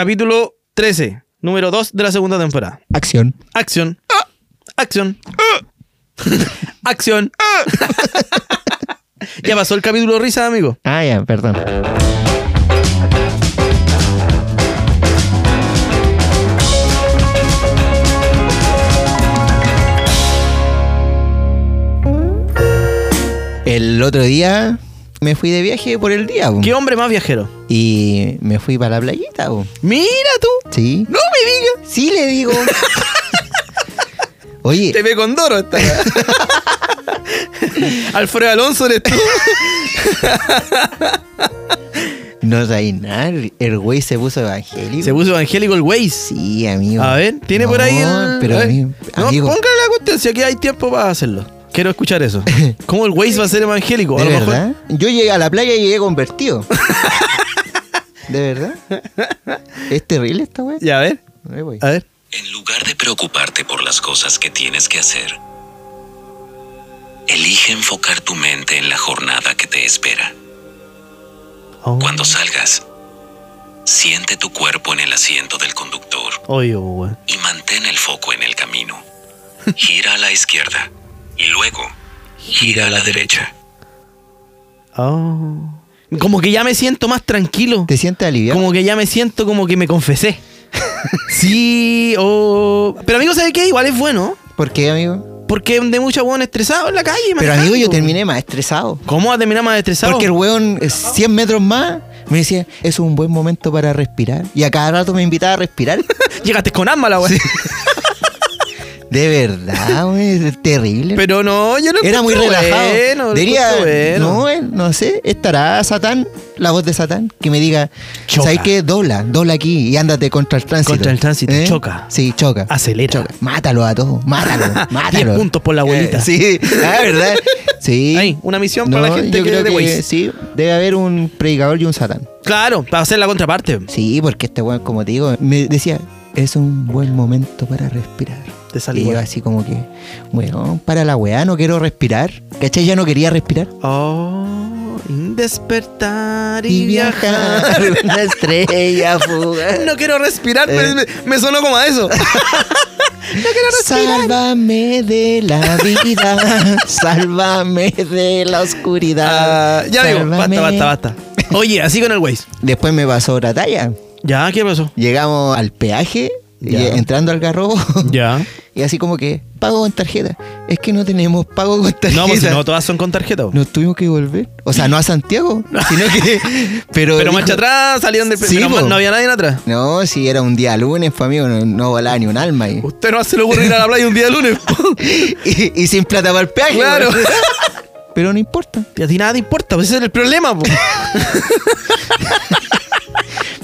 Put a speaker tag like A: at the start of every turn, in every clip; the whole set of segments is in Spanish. A: Capítulo 13, número 2 de la segunda temporada.
B: Acción.
A: Acción. Acción. Acción. Ah. ya pasó el capítulo risa, amigo.
B: Ah, ya, perdón. El otro día me fui de viaje por el día, po.
A: ¿Qué hombre más viajero?
B: y me fui para la playita, po.
A: Mira tú.
B: Sí.
A: No me digas.
B: Sí le digo. Oye,
A: Te ve con Doro esta. Alfredo Alonso eres tú.
B: no sabéis nada. El güey se puso evangélico.
A: Se puso evangélico el Waze.
B: Sí, amigo.
A: A ver, ¿tiene por
B: No,
A: ahí el...?
B: Pero,
A: a ver.
B: amigo,
A: no,
B: amigo,
A: póngale la cuestión, si aquí hay tiempo para hacerlo. Quiero escuchar eso. ¿Cómo el Waze va a ser evangélico? A lo
B: ¿de
A: mejor-
B: verdad? Yo llegué a la playa y llegué convertido. ¿De verdad? ¿Es terrible esta wey?
A: Ya, a ver,
B: Ahí voy.
A: a ver.
C: En lugar de preocuparte por las cosas que tienes que hacer, elige enfocar tu mente en la jornada que te espera.
A: Oh.
C: Cuando salgas, siente tu cuerpo en el asiento del conductor
A: Oye, pues, weón.
C: y mantén el foco en el camino. Gira a la izquierda y luego gira a la derecha.
A: Oh. Como que ya me siento más tranquilo.
B: ¿Te sientes aliviado?
A: Como que ya me siento como que me confesé. sí, oh. Pero amigo, ¿sabe qué? Igual es bueno.
B: ¿Por qué, amigo?
A: Porque de mucha weón estresado en la calle.
B: Pero, amigo,
A: manejando.
B: yo terminé más estresado.
A: ¿Cómo va a terminar más estresado?
B: Porque el weón, eh, 100 metros más, me decía, es un buen momento para respirar. Y a cada rato me invitaba a respirar.
A: Llegaste con asma la weón.
B: De verdad, wey, es terrible.
A: Pero no, yo lo
B: Era muy
A: encuentro
B: relajado.
A: bueno, lo
B: Diría,
A: encuentro bueno.
B: no, eh, no sé, estará Satán, la voz de Satán, que me diga,
A: Choca.
B: ¿sabes qué? Dobla, dobla aquí y ándate contra el tránsito. ¿Eh?
A: Contra el tránsito, choca.
B: Sí, choca.
A: Acelera.
B: Choca. Mátalo a todos, mátalo, mátalo.
A: 10 puntos por la abuelita.
B: Eh, sí, la verdad. Sí.
A: Ahí, una misión para la gente
B: eh, yo
A: que
B: creo
A: de
B: que
A: Waze.
B: sí, debe haber un predicador y un Satán.
A: Claro, para hacer la contraparte.
B: Sí, porque este weón, como te digo, me decía, es un buen momento para respirar.
A: Te salió.
B: Y yo así como que, weón, para la weá, no quiero respirar. ¿Cachai? Ya no quería respirar.
A: Oh, despertar y,
B: Y
A: viajar.
B: viajar una estrella fugaz.
A: No quiero respirar, pero
B: Eh.
A: me, me sonó como a eso.
B: Sálvame de la vida, sálvame de la oscuridad.
A: Ah, ya digo,
B: sálvame.
A: basta, basta, basta. Oye, así con el Waze.
B: Después me pasó otra talla.
A: ¿Ya? ¿Qué pasó?
B: Llegamos al peaje,
A: Ya.
B: y entrando al garrobo,
A: Ya.
B: y así como que, pago con tarjeta. Es que no tenemos pago con tarjeta.
A: No, pues si no, todas son con tarjeta. po.
B: Nos tuvimos que volver. O sea, no a Santiago, sino que. Pero,
A: pero
B: dijo-
A: marcha atrás, salieron de...
B: Sí,
A: menos mal,
B: po.
A: no había nadie atrás.
B: No, si era un día lunes, pues amigo, no, no volaba ni un alma ahí.
A: Usted no hace lo ocurrir a la playa un día de lunes. po.
B: y, y sin plata para el peaje.
A: Claro.
B: güey. Pero no importa.
A: Y a ti nada te importa, pues ese es el problema. po.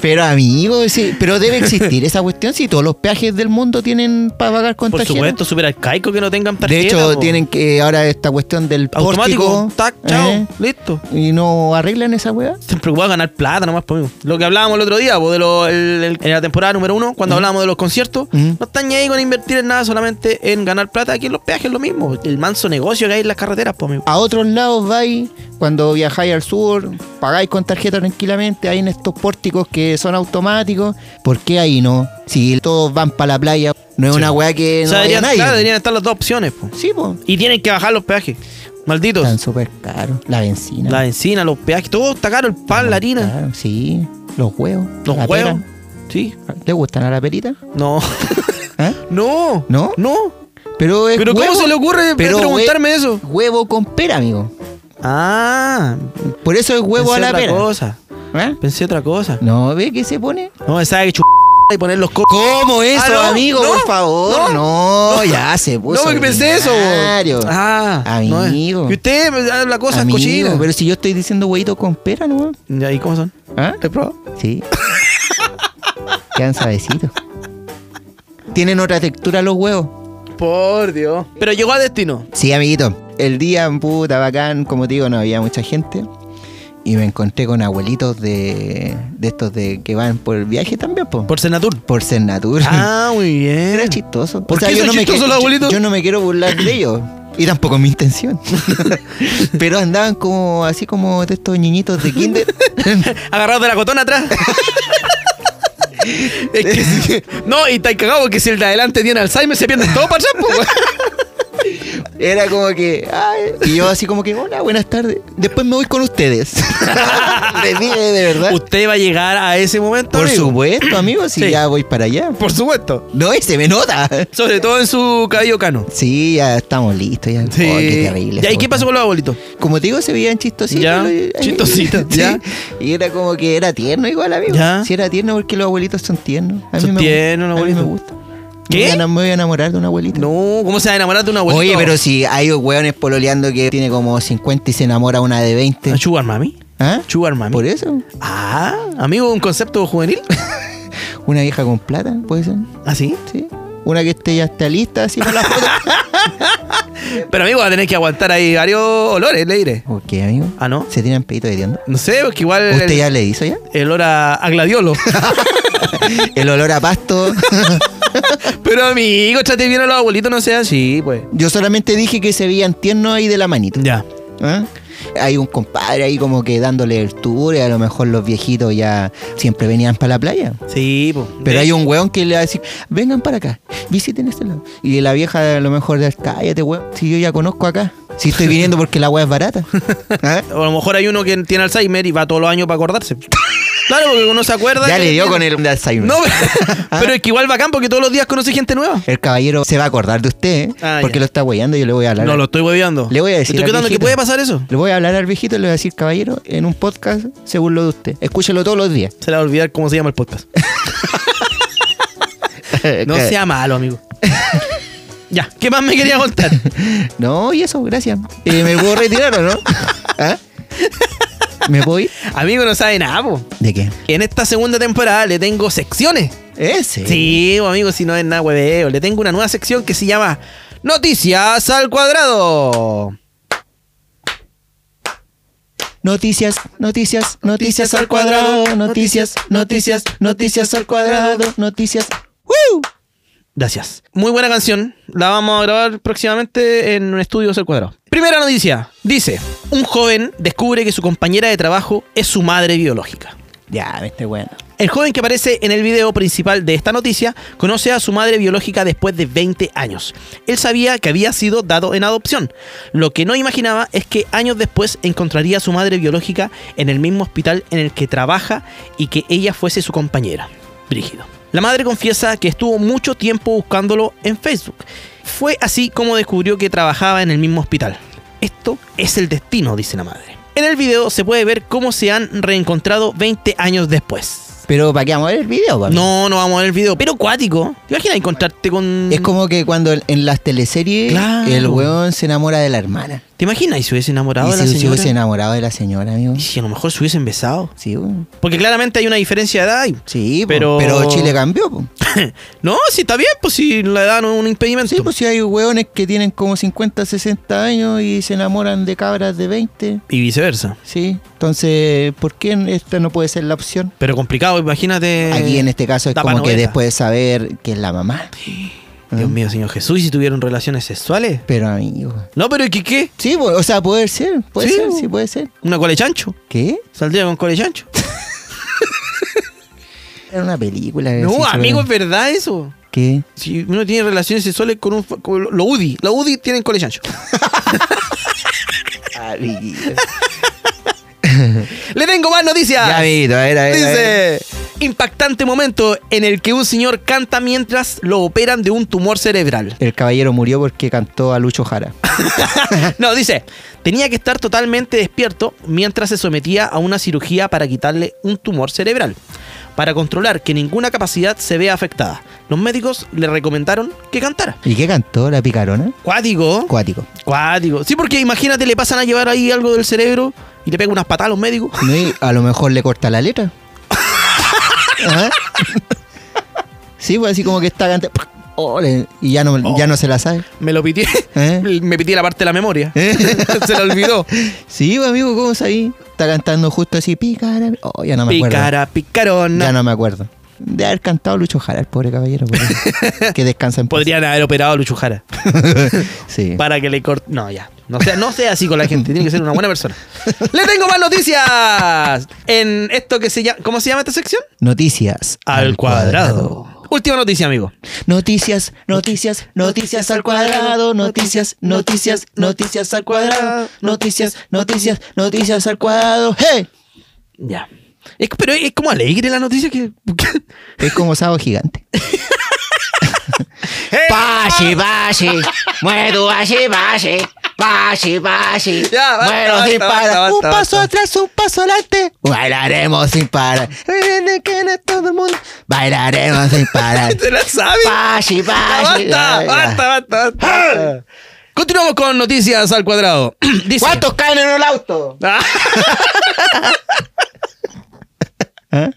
B: Pero amigo, sí, pero debe existir esa cuestión si todos los peajes del mundo tienen para pagar con
A: Por
B: tarjeta.
A: supuesto, súper arcaico que no tengan tarjeta.
B: De hecho,
A: po.
B: tienen que ahora esta cuestión del
A: Automático,
B: pórtico,
A: tac, chao,
B: ¿eh?
A: listo.
B: Y no arreglan esa weá.
A: Se preocupaba de ganar plata nomás por mí. Lo que hablábamos el otro día, po, de lo- el- el- en la temporada número uno, cuando hablábamos de los conciertos,
B: Mm.
A: no están ni ahí con invertir en nada, solamente en ganar plata. Aquí en los peajes es lo mismo. El manso negocio que hay en las carreteras, pues, amigo.
B: A otros lados vais, cuando viajáis al sur, pagáis con tarjeta tranquilamente, hay en estos pórticos que son automáticos. ¿Por qué ahí no? Si todos van para la playa, no es
A: Sí.
B: una weá que
A: O
B: no
A: sea,
B: vaya
A: deberían,
B: nadie.
A: claro, deberían estar las dos opciones, po.
B: Sí, pues.
A: Y tienen que bajar los peajes. Malditos.
B: Están súper caros. La benzina.
A: La encina, los peajes, todo está caro, el pan, la harina,
B: Claro, sí. Los huevos.
A: los
B: la
A: huevos.
B: pera.
A: Sí.
B: ¿Le gustan a la perita?
A: No.
B: ¿Eh?
A: no.
B: ¿No?
A: No.
B: Pero es
A: Pero
B: huevo-
A: ¿cómo se le ocurre
B: pero hue-
A: preguntarme eso?
B: Huevo con pera, amigo.
A: Ah.
B: Por eso es huevo
A: pensé
B: a la
A: otra
B: pera.
A: cosa.
B: ¿Eh?
A: Pensé otra cosa.
B: No, ve que se pone.
A: No, me sabe que chup y poner los cocos.
B: ¿Cómo eso,
A: Ah, no,
B: amigo?
A: no,
B: por favor. No, ya se puso.
A: No, porque pensé eso.
B: ordinario.
A: bo. Ah, no es.
B: Amigo.
A: y usted pues, me habla cosas
B: Amigo,
A: cochinas.
B: Pero si yo estoy diciendo huevito con pera, ¿no?
A: ¿Y cómo son?
B: ¿Ah?
A: ¿Te probado?
B: Sí. Quedan suavecitos. Tienen otra textura los huevos.
A: Por Dios. Pero llegó a destino.
B: Sí, amiguito. El día, puta, bacán, como te digo, no había mucha gente. Y me encontré con abuelitos de, de estos de que van por el viaje también, po. por,
A: Por Senatur.
B: Senatura.
A: Ah, muy bien.
B: Era chistoso.
A: ¿Por qué son chistosos
B: que-
A: los abuelitos?
B: Yo, yo no me quiero burlar de ellos. Y tampoco es mi intención. Pero andaban como así como de estos niñitos de kinder.
A: Agarrado de la cotona atrás. Es que sí. no, y está cagado porque si el de adelante tiene Alzheimer se pierde todo para atrás, po, weón.
B: Era como que, ay, y yo así como que, hola, buenas tardes. Después me voy con ustedes. Me pide de verdad.
A: Usted va a llegar a ese momento.
B: Por
A: amigo.
B: supuesto, amigo, si
A: Sí.
B: ya voy para allá.
A: Por supuesto.
B: No, y se me nota.
A: Sobre todo en su cabello cano.
B: Sí, ya estamos listos. Ya. Oh, qué terrible.
A: Ya, ¿Y
B: esa
A: qué pasó
B: cuestión.
A: con los abuelitos?
B: Como te digo, se veían chistositos.
A: Ya,
B: eh,
A: chistositos,
B: sí.
A: ya.
B: Y era como que era tierno igual, amigo.
A: Ya.
B: Sí, era tierno porque los abuelitos son tiernos. A mí
A: Son
B: me
A: tiernos los
B: gusta. A mí me
A: abuelitos.
B: gusta.
A: ¿Qué?
B: Me voy, a, enam- me voy a enamorar de un abuelito.
A: No, ¿cómo se va a enamorar de un abuelito?
B: Oye, pero si hay hueones pololeando que tiene como 50 y se enamora una de 20.
A: ¿A Sugar Mami?
B: ¿Ah?
A: Sugar Mami.
B: este- Por eso.
A: Ah, amigo, un concepto juvenil.
B: Una vieja con plata, puede ser.
A: ¿Ah, sí?
B: Sí. Una que esté ya está lista así para la foto.
A: Pero amigo, va a tener que aguantar ahí varios olores, le diré.
B: ok, amigo.
A: Ah, ¿no?
B: ¿Se tiran pedito de tienda?
A: No sé, porque igual el,
B: ¿Usted ya le hizo ya?
A: el olor a, a gladiolo.
B: El olor a pasto.
A: pero amigo, trate bien a los abuelitos, no sea así, pues.
B: Yo solamente dije que se veían tiernos ahí de la manita.
A: Ya.
B: ¿Ah? Hay un compadre ahí como que dándole el tour y a lo mejor los viejitos ya siempre venían para la playa.
A: Sí, pues.
B: Pero hay un weón que le va a decir, vengan para acá, visiten este lado. Y la vieja a lo mejor de cállate, weón, si yo ya conozco acá. Si estoy viniendo porque la weá es barata. ¿Ah?
A: O a lo mejor hay uno que tiene Alzheimer y va todos los años para acordarse. Claro, porque uno se acuerda.
B: Ya
A: que-
B: le dio con el Alzheimer.
A: No, pero, pero es que igual bacán porque todos los días conoce gente nueva.
B: El caballero se va a acordar de usted, ¿eh?
A: Ah,
B: porque
A: ya.
B: lo está weyando, yo le voy a hablar.
A: No, lo estoy hueveando.
B: Le voy a decir
A: Estoy
B: al
A: contando que
B: viejito.
A: puede pasar eso.
B: Le voy a hablar al viejito y le voy a decir, caballero, en un podcast se burló de usted. Escúchelo todos los días.
A: Se le va a olvidar cómo se llama el podcast. No sea malo, amigo. ya, ¿qué más me quería contar?
B: No, y eso, gracias. Eh, ¿Me puedo retirar o no? ¿Ah? ¿Me puedo ir?
A: amigo, no sabe nada, po.
B: ¿De qué?
A: En esta segunda temporada le tengo secciones.
B: Ese.
A: Sí, po, amigo, si no es nada hueveo. Le tengo una nueva sección que se llama Noticias al Cuadrado.
B: Noticias, noticias, noticias al cuadrado. Noticias, noticias, noticias al cuadrado. Noticias. ¡Woo!
A: Gracias. Muy buena canción. La vamos a grabar próximamente en un estudio al cuadrado. Primera noticia. Dice, un joven descubre que su compañera de trabajo es su madre biológica.
B: Ya, este bueno.
A: El joven que aparece en el video principal de esta noticia conoce a su madre biológica después de 20 años. Él sabía que había sido dado en adopción. Lo que no imaginaba es que años después encontraría a su madre biológica en el mismo hospital en el que trabaja y que ella fuese su compañera. Brígido. La madre confiesa que estuvo mucho tiempo buscándolo en Facebook. Fue así como descubrió que trabajaba en el mismo hospital. Esto es el destino, dice la madre. En el video se puede ver cómo se han reencontrado 20 años después.
B: Pero ¿para qué vamos a ver el video, papi?
A: No, no vamos a ver el video. Pero cuático. ¿Te imaginas encontrarte con.
B: Es como que cuando en- en las teleseries
A: Claro.
B: el weón se enamora de la hermana.
A: ¿Te imaginas? Y se hubiese enamorado
B: Y
A: de la
B: si se
A: señora.
B: hubiese enamorado de la señora, amigo.
A: Y si a lo mejor se hubiesen besado.
B: Sí, weón.
A: Porque claramente hay una diferencia de edad. y-
B: Sí, po.
A: Pero-
B: pero... Chile cambió. po.
A: No, si está bien, pues si la edad no es un impedimento.
B: Sí, pues si hay hueones que tienen como 50, 60 años y se enamoran de cabras de 20.
A: Y viceversa.
B: Sí, entonces, ¿por qué esta no puede ser la opción?
A: Pero complicado, imagínate.
B: Aquí en este caso es
A: tapa
B: como que
A: novela.
B: después de saber que es la mamá.
A: Dios mío, señor Jesús, ¿y si tuvieron relaciones sexuales?
B: Pero amigo.
A: No, pero ¿y qué? qué?
B: Sí, po, o sea, puede ser, puede
A: Sí, pues.
B: ser,
A: po.
B: sí, puede ser.
A: ¿Una cole chancho?
B: ¿Qué?
A: ¿Saldría con cole chancho?
B: Era una película. sí,
A: no,
B: se
A: amigo, es
B: ve.
A: verdad eso.
B: ¿Qué?
A: Si uno tiene relaciones sexuales con un. Con lo UDI. Lo UDI tienen cole chancho. Ah,
B: Amiguito.
A: ¡Le tengo más noticias!
B: ya, amiguito, a ver, a ver. a ver.
A: ah, Dice, impactante momento en el que un señor canta mientras lo operan de un tumor cerebral.
B: El caballero murió porque cantó a Lucho Jara.
A: No, dice, tenía que estar totalmente despierto mientras se sometía a una cirugía para quitarle un tumor cerebral, para controlar que ninguna capacidad se vea afectada. Los médicos le recomendaron que cantara.
B: ¿Y qué cantó? ¿La picarona?
A: Cuático.
B: Cuático.
A: Cuático. Sí, porque imagínate, le pasan a llevar ahí algo del cerebro y le pegan unas patadas a los médicos.
B: No, y a lo mejor le corta la letra. Ajá. Sí, pues así como que está cantando. Ole, Y ya no, ya no se la sabe.
A: Me lo pitié.
B: ¿Eh?
A: Me pitié la parte de la memoria. se lo olvidó.
B: Sí, pues, amigo, ¿cómo sabí? Está cantando justo así, picara. Oh, ya no me acuerdo.
A: Picara, picarona.
B: Ya no me acuerdo. De haber cantado Lucho Jara, el pobre caballero. pobre. que descansa en paz.
A: Podrían haber operado a Luchujara
B: Sí.
A: para que le corte. No, ya. No sea, no sea así con la gente, tiene que ser una buena persona. ¡Le tengo más noticias! En esto que se llama. ¿Cómo se llama esta sección?
B: Noticias
A: Última noticia, amigo.
B: Noticias, noticias, noticias al cuadrado, noticias, noticias, noticias al cuadrado, noticias, noticias, noticias al cuadrado. ¡Hey!
A: Ya. Es- pero es como alegre la noticia que.
B: Es como sábado gigante. ¡Eh! Pashi, pashi, muero, pashi, pashi, pashi, pashi.
A: Ya, basta,
B: muero
A: basta,
B: sin
A: basta,
B: parar.
A: basta,
B: un
A: basta.
B: paso atrás, un paso adelante. Bailaremos sin parar. Todo el mundo. Bailaremos sin parar.
A: este ¿Te la sabes?
B: Pashi,
A: Ya,
B: pashi.
A: basta, basta, basta, basta. Continuamos con noticias al cuadrado. Dice-
B: ¿Cuántos caen en el auto?
A: Ah.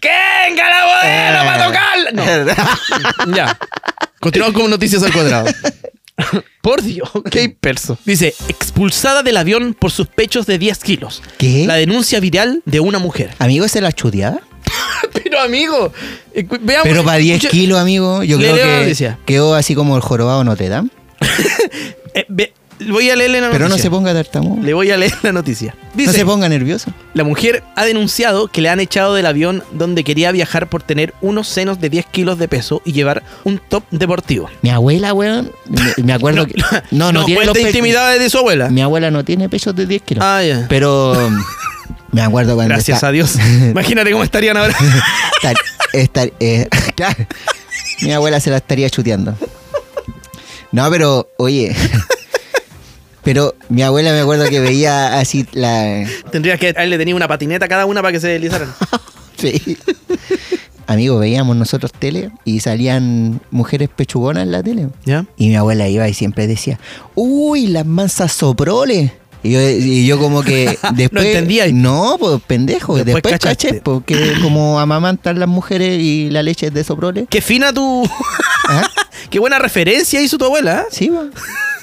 A: ¡Que venga la modelo para tocarla! No. Ya. Continuamos con noticias al cuadrado. Por Dios, qué imperso. Dice, expulsada del avión por sus pechos de 10 kilos.
B: ¿Qué?
A: La denuncia viral de una mujer.
B: Amigo, ¿se la chuteaba?
A: Pero amigo, eh, cu- veamos...
B: Pero para 10
A: escucha-
B: kilos, amigo, yo
A: Le
B: creo
A: leo la
B: que
A: noticia.
B: quedó así como el jorobado Notre Dame.
A: eh, ve- voy a leerle la Ah, noticia.
B: Pero no se ponga tartamudo.
A: Le voy a leer la noticia. Dice,
B: no se ponga nervioso.
A: La mujer ha denunciado que le han echado del avión donde quería viajar por tener unos senos de 10 kilos de peso y llevar un top deportivo.
B: Mi abuela, weón, me- me acuerdo que... No, no, tiene los
A: cuenta
B: pe-
A: intimidades de su abuela.
B: Mi abuela no tiene pechos de 10 kilos.
A: Ah, ya.
B: Pero me acuerdo cuando...
A: Gracias
B: esta-
A: a Dios. Imagínate cómo estarían ahora.
B: Estar, estar- eh, claro. Mi abuela se la estaría chuteando. No, pero, oye. Pero mi abuela me acuerdo que veía así la.
A: Tendrías que le tenía una patineta a cada una para que se deslizaran.
B: Sí. Amigos, veíamos nosotros tele y salían mujeres pechugonas en la tele.
A: ¿Ya?
B: Y mi abuela iba y siempre decía, uy, las mansas soproles. Y yo, y yo como que después...
A: entendía.
B: No, pues pendejo.
A: Después
B: Después,
A: cachaste.
B: caché, porque como amamantan las mujeres y la leche es de soproles.
A: Qué fina tu.
B: Ajá.
A: Qué buena referencia hizo tu abuela. ¿eh?
B: Sí, po.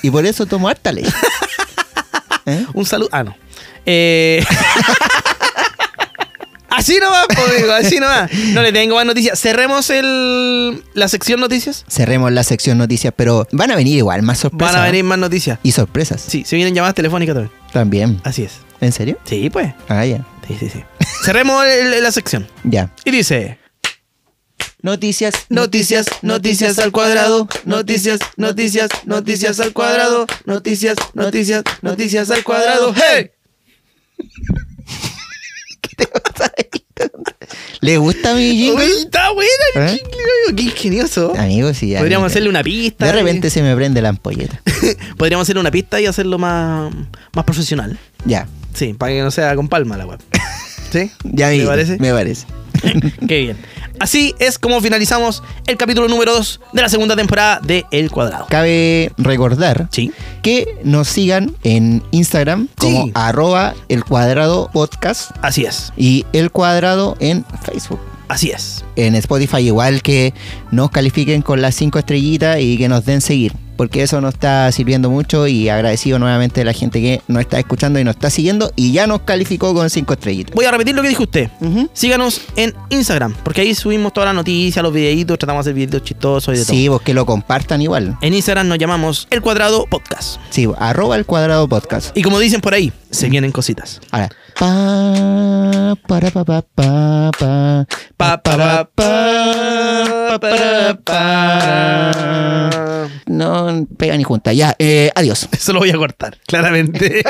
B: Y por eso tomo harta leche. ¿Eh?
A: Un saludo. Ah, no. Eh... así nomás, po, amigo, así nomás. No le tengo más noticias. Cerremos el... la sección noticias.
B: Cerremos la sección noticias, pero van a venir igual más sorpresas.
A: Van a venir más noticias.
B: Y sorpresas.
A: Sí, se vienen llamadas telefónicas también.
B: También.
A: Así es.
B: ¿En serio?
A: Sí, pues.
B: Ah, ya.
A: Sí, sí, sí. Cerremos el- la sección.
B: Ya.
A: Y dice.
B: Noticias,
A: Noticias, noticias al cuadrado. Noticias, noticias, noticias al cuadrado. Noticias, noticias, noticias al cuadrado. ¡Hey!
B: ¿Le gusta mi jingle?
A: Uy, está buena el
B: ¿Eh?
A: jingle, amigo. Qué ingenioso.
B: Amigos, sí, ya.
A: Podríamos
B: mira.
A: hacerle una pista.
B: De
A: y-
B: repente se me prende la ampolleta.
A: Podríamos hacerle una pista y hacerlo más, más profesional.
B: Ya.
A: Sí, para que no sea con palma la web. ¿Sí?
B: Ya
A: ¿Te
B: vi-
A: parece?
B: Me parece.
A: Qué bien. Así es como finalizamos el capítulo número 2 de la segunda temporada de El Cuadrado.
B: Cabe recordar
A: Sí.
B: que nos sigan en Instagram como
A: Sí.
B: arroba el cuadrado podcast
A: Así es.
B: y el cuadrado en Facebook.
A: Así es.
B: En Spotify igual que nos califiquen con las cinco estrellitas y que nos den seguir. Porque eso nos está sirviendo mucho y agradecido nuevamente a la gente que nos está escuchando y nos está siguiendo y ya nos calificó con cinco estrellitas.
A: Voy a repetir lo que dijo usted.
B: Ujú.
A: Síganos en Instagram, porque ahí subimos todas las noticias, los videitos, tratamos de hacer videitos chistosos y de
B: Sí, vos que lo compartan igual.
A: todo. En Instagram nos llamamos El Cuadrado Podcast.
B: Sí, arroba el cuadrado podcast.
A: Y como dicen por ahí, se vienen cositas.
B: Ahora. Pa, para, pa, pa, pa, pa. Pa, para, pa, para, pa. No pega ni junta. Ya, eh, adiós.
A: Eso lo voy a cortar, claramente.